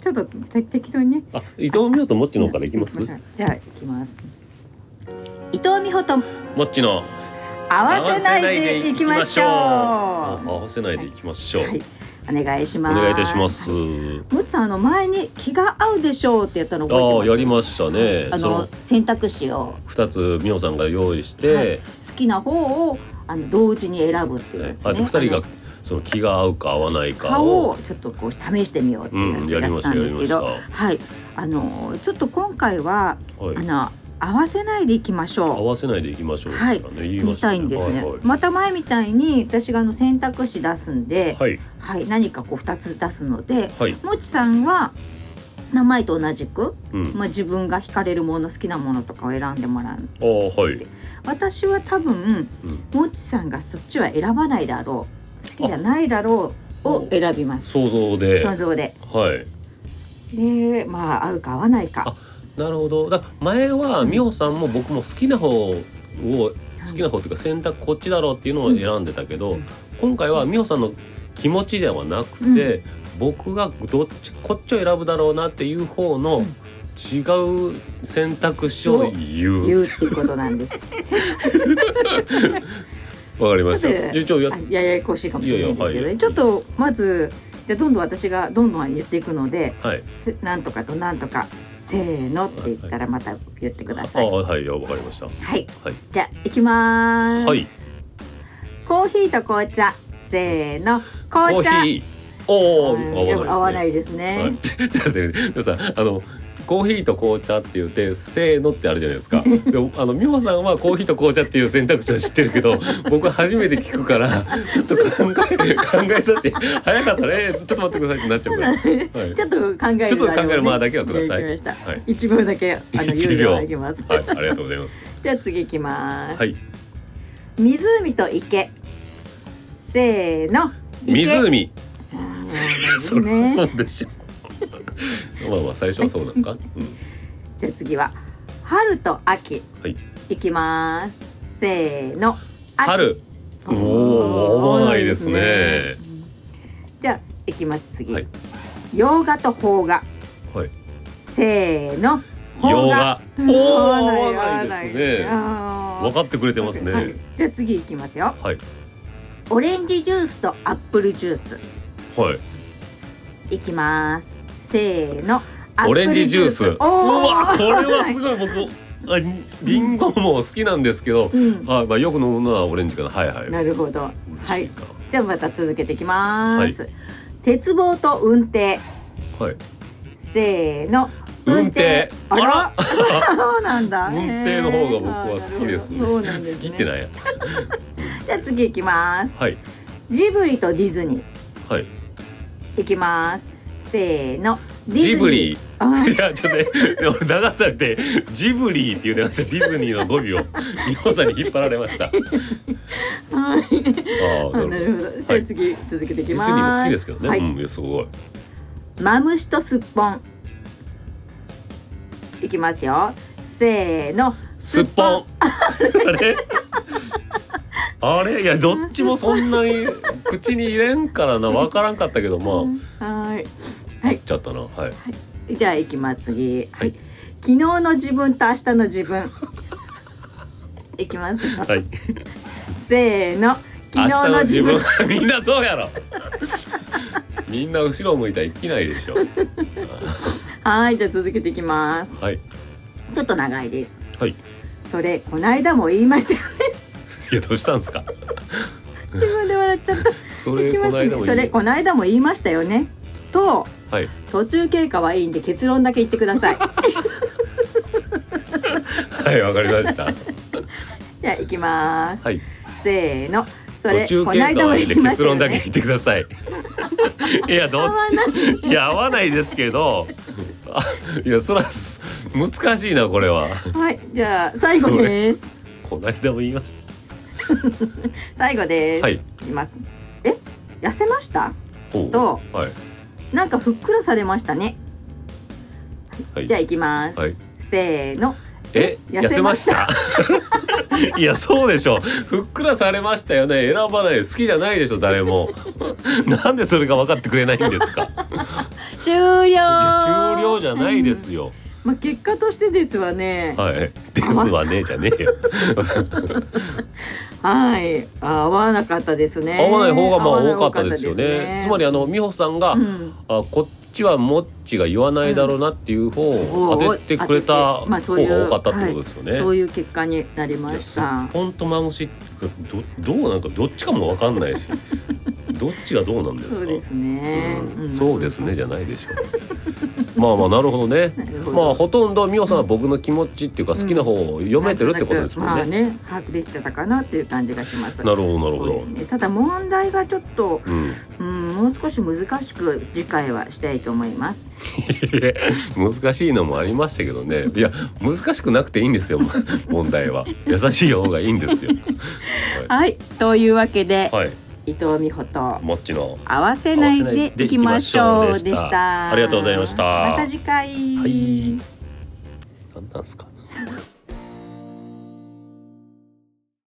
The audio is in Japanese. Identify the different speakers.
Speaker 1: ちょっとて適当にね
Speaker 2: あ、伊藤美穂とモッチの方からいきます
Speaker 1: 行。じゃあ行きます伊藤美穂と
Speaker 2: モッチの
Speaker 1: 合わせないでいきましょう
Speaker 2: 合わせないでいきましょう。
Speaker 1: はいお願いし
Speaker 2: お
Speaker 1: ます
Speaker 2: 願いいたします。
Speaker 1: むつさんあの前に気が合うでしょうってやったの覚えて
Speaker 2: あ
Speaker 1: ま
Speaker 2: あ、
Speaker 1: す
Speaker 2: やりましたね。
Speaker 1: あ
Speaker 2: そ
Speaker 1: の
Speaker 2: の
Speaker 1: 選択肢を
Speaker 2: 二つ美穂さんが用意し
Speaker 1: はい
Speaker 2: て、
Speaker 1: 好きな方をあの同時に選ぶっていうや
Speaker 2: ね
Speaker 1: つ
Speaker 2: あ
Speaker 1: ね
Speaker 2: と二人
Speaker 1: あ
Speaker 2: が
Speaker 1: の
Speaker 2: その気が合うか合わないか
Speaker 1: 顔
Speaker 2: を
Speaker 1: をちょっとこう試してみようっていうやつ
Speaker 2: うんやり
Speaker 1: だ
Speaker 2: ま
Speaker 1: っ
Speaker 2: した
Speaker 1: たんですけど、
Speaker 2: やりまし
Speaker 1: はいあのちょっと今回は、
Speaker 2: はい
Speaker 1: あの合わせないでいきまし
Speaker 2: 合
Speaker 1: ょう
Speaker 2: わせないでいきましょう。
Speaker 1: はい
Speaker 2: とかね言ま
Speaker 1: にし
Speaker 2: した
Speaker 1: た
Speaker 2: ね
Speaker 1: いんですね、
Speaker 2: はいはい
Speaker 1: また前みたいに私があの選択肢出すんで、
Speaker 2: はい
Speaker 1: はい何かこう2つ出すので、
Speaker 2: はい。
Speaker 1: もちさんは名前と同じく、
Speaker 2: うん。
Speaker 1: まあ、自分が惹かれるもの好きなものとかを選んでもらう
Speaker 2: ああはい。
Speaker 1: 私は多分
Speaker 2: うん
Speaker 1: もちさんがそっちは選ばないだろう好きじゃないだろうを選びます
Speaker 2: 想像で。
Speaker 1: 想像で
Speaker 2: はい。
Speaker 1: でまあ合うか合わないか
Speaker 2: あなるほど。だ前は美穂さんも僕も好きな方を
Speaker 1: はい
Speaker 2: 好きな方っていうか選択こっちだろうっていうのを選んでたけど、
Speaker 1: うん
Speaker 2: 今回は美穂さんの気持ちではなくて、僕がどっちこっちを選ぶだろうなっていう方
Speaker 1: う
Speaker 2: の
Speaker 1: ん
Speaker 2: 違う選択肢を言
Speaker 1: 言
Speaker 2: う。
Speaker 1: うっていうことなん です
Speaker 2: わかりまし。
Speaker 1: ちょったと
Speaker 2: 一応や
Speaker 1: あややこしいかもしれないんですけ
Speaker 2: いや
Speaker 1: どね
Speaker 2: いやはい
Speaker 1: ちょっとまずじゃあどんどん私がどんどん言っていくので
Speaker 2: はい。
Speaker 1: すなんとかとなんとかせーのって言ったらまた言ってくださ
Speaker 2: あ
Speaker 1: い
Speaker 2: はいわかりました。
Speaker 1: はい
Speaker 2: はい
Speaker 1: じゃあ行きまーす
Speaker 2: はい
Speaker 1: コーヒーと紅茶せーの
Speaker 2: コ
Speaker 1: 紅茶
Speaker 2: ーヒー。おお
Speaker 1: うんでも合わないいですね、
Speaker 2: はい、 ちょっと待ってねでもさあのコーヒーと紅茶って言って「せーの」ってあるじゃない ですかでもあの美穂さんはコーヒーと紅茶っていう選択肢を知ってるけ ど僕は初めて聞くからちょっと考え考えさせて早かったねちょっと待ってくださいってなっちゃうから、は い
Speaker 1: ちょっと考える
Speaker 2: ちょっと考える間だけは
Speaker 1: を
Speaker 2: ください
Speaker 1: ました
Speaker 2: はい
Speaker 1: 一秒だけあの
Speaker 2: 一秒
Speaker 1: 有料あげます。
Speaker 2: はい、ありがとうございます。
Speaker 1: では次行きます。
Speaker 2: はい、
Speaker 1: 湖と池。せーの。池。
Speaker 2: 湖、
Speaker 1: あー
Speaker 2: そりゃ
Speaker 1: ね
Speaker 2: そうでしょ。まあまあ最初はそうなのか。うん、
Speaker 1: じゃあ次は春と秋。
Speaker 2: はい、
Speaker 1: 行きます。せーの。秋。
Speaker 2: 春、おお合わないですね。
Speaker 1: じゃあ行きます次。
Speaker 2: はい
Speaker 1: 洋画と邦画。
Speaker 2: はい、
Speaker 1: せーの。
Speaker 2: 洋画、お
Speaker 1: 邦
Speaker 2: お
Speaker 1: 合
Speaker 2: 合
Speaker 1: わ
Speaker 2: わないですね。分
Speaker 1: 分
Speaker 2: かってくれてますね。
Speaker 1: はいじゃあ次いきますよ。
Speaker 2: はい。
Speaker 1: オレンジジュースとアップルジュース
Speaker 2: はい。
Speaker 1: いきます。せーの。
Speaker 2: オレンジジュース。う
Speaker 1: アッ
Speaker 2: わ、
Speaker 1: プ
Speaker 2: こ
Speaker 1: ルジュースおー
Speaker 2: れはすごい、僕。あ、リンゴも好きなんですけど。
Speaker 1: うん。
Speaker 2: あ、まあ、よく飲むのはオレンジかな。はいはい。
Speaker 1: なるほど。は
Speaker 2: 嬉し
Speaker 1: い。
Speaker 2: か
Speaker 1: じゃあまた続けていきます。鉄棒と運転。
Speaker 2: はい。
Speaker 1: せーの。
Speaker 2: 運転。
Speaker 1: あ
Speaker 2: あ
Speaker 1: ら
Speaker 2: ら。。
Speaker 1: そうなんだ。
Speaker 2: 運転の方が僕は好きです。
Speaker 1: へーそうなんです、
Speaker 2: 好
Speaker 1: ね。
Speaker 2: きってないや。
Speaker 1: じゃあ次いきます。
Speaker 2: はい。
Speaker 1: ジブリとディズニ
Speaker 2: はい。
Speaker 1: ー。いきます。せーの。ディズニー
Speaker 2: ジブリ。い
Speaker 1: あー
Speaker 2: や、ちょっとね、でも長さって、ジブリって言ってました。ディズニーの語尾を。 美穂さんに引っ張られました。あ
Speaker 1: はい。
Speaker 2: あ、
Speaker 1: あ
Speaker 2: な
Speaker 1: な
Speaker 2: る
Speaker 1: るほど。じゃあ次、続けてい
Speaker 2: デ
Speaker 1: き
Speaker 2: ィ
Speaker 1: ます。
Speaker 2: ズニーも好きですけどね。
Speaker 1: はい
Speaker 2: うん、いや、すごい。
Speaker 1: マムシとすっぽん。いきますよ。せーの。
Speaker 2: すっぽん。あれ。 あれ、いや、どっちもそんなに口に入れんからな、わからんかったけど、
Speaker 1: すっぽ
Speaker 2: ま
Speaker 1: ん。はい。
Speaker 2: あ、言っちゃったな、はい。
Speaker 1: じゃあ行きます次。は
Speaker 2: はいい。
Speaker 1: 昨日の自分と明日の自 分。いきますよ。
Speaker 2: はい。
Speaker 1: せーの。昨日の自分。
Speaker 2: 分。 みんなそうやろ。みんな後ろ向いたら生きないでしょ
Speaker 1: はい。じゃあ続けていきます。
Speaker 2: はい。
Speaker 1: ちょっと長いです。
Speaker 2: はい。
Speaker 1: それこないだも言いましたよね。
Speaker 2: いや、どうしたんですか。
Speaker 1: 自分で笑っちゃった。
Speaker 2: そ
Speaker 1: い
Speaker 2: れ、
Speaker 1: きま
Speaker 2: この
Speaker 1: す
Speaker 2: 間
Speaker 1: ね。
Speaker 2: も
Speaker 1: そ
Speaker 2: 言
Speaker 1: れ
Speaker 2: いま
Speaker 1: こないだも言いましたよね。と
Speaker 2: はい。
Speaker 1: 途中経過はいいんで結論だけ言ってくださ い。
Speaker 2: はい、わかりました。
Speaker 1: じゃあ行きます。
Speaker 2: はい。
Speaker 1: せーの。それ、
Speaker 2: 途中
Speaker 1: こ
Speaker 2: 経
Speaker 1: ないだ
Speaker 2: 過
Speaker 1: も
Speaker 2: は
Speaker 1: 言
Speaker 2: いいん
Speaker 1: い
Speaker 2: で
Speaker 1: まし
Speaker 2: 結
Speaker 1: たよ
Speaker 2: 論だけ
Speaker 1: ね。
Speaker 2: 言ってく ださい。いや、どっち。いや、合わないですけど。あいや、そら、難しいな、これは。
Speaker 1: はい、じゃあ、最後です。
Speaker 2: この間も言いまし
Speaker 1: 最後です。
Speaker 2: はい
Speaker 1: いきます。え、痩せました。
Speaker 2: た。おう
Speaker 1: ど
Speaker 2: はい。
Speaker 1: なんかふっくらされましたね。
Speaker 2: はい。
Speaker 1: じゃあ、行きます。
Speaker 2: はい。
Speaker 1: せーの。
Speaker 2: え、
Speaker 1: 痩
Speaker 2: 痩
Speaker 1: せ
Speaker 2: せ
Speaker 1: ま
Speaker 2: ま
Speaker 1: し
Speaker 2: した。 いや、そうでしょふっくらされましたよね。選ばない、好きじゃない でしょ誰も。なんでそれが分かってくれないんですか。
Speaker 1: 終了。
Speaker 2: いそうじゃないですよ。
Speaker 1: まあ結果としてですわね。
Speaker 2: はい。ですわねじゃねえよ。
Speaker 1: はい、合わなかったですね。
Speaker 2: 合わない方がまあ多かったですよね。つま
Speaker 1: り、
Speaker 2: りあの美穂さんが、
Speaker 1: うん
Speaker 2: あこっちはもっちが言わないだろうなっていう方を当ててくれた方
Speaker 1: ま
Speaker 2: が
Speaker 1: あそういう
Speaker 2: 多かったってことですよね。
Speaker 1: そういう結果になりました。
Speaker 2: 本当マムシどどうなんかどっちかもわか んないしどっちがどうなんですか
Speaker 1: そうですね。
Speaker 2: うん
Speaker 1: ん
Speaker 2: そうですね。じゃないでしょうまあまあなるほどね
Speaker 1: なるほど
Speaker 2: まあほとんど美穂さんは僕の気持ちっていうか好きな方を読めてるってことですもん
Speaker 1: まあ
Speaker 2: ね。
Speaker 1: ね、把握できてたかなっていう感じがします。
Speaker 2: なるほどなる
Speaker 1: そ
Speaker 2: ほ
Speaker 1: うで
Speaker 2: ど
Speaker 1: す。ね。ただ問題がちょっと、
Speaker 2: うん
Speaker 1: うん、もう少し難しく理解はしたいと思います。
Speaker 2: 難しいのもありましたけどねいや難しくなくていいんですよ 問題は優しい方がいいんですよ
Speaker 1: はい、というわけで、
Speaker 2: はい
Speaker 1: 伊藤美穂と
Speaker 2: もっちの
Speaker 1: 合わせないでいきましょうでした。
Speaker 2: ありがとうございました
Speaker 1: また次回。
Speaker 2: はい何なんですか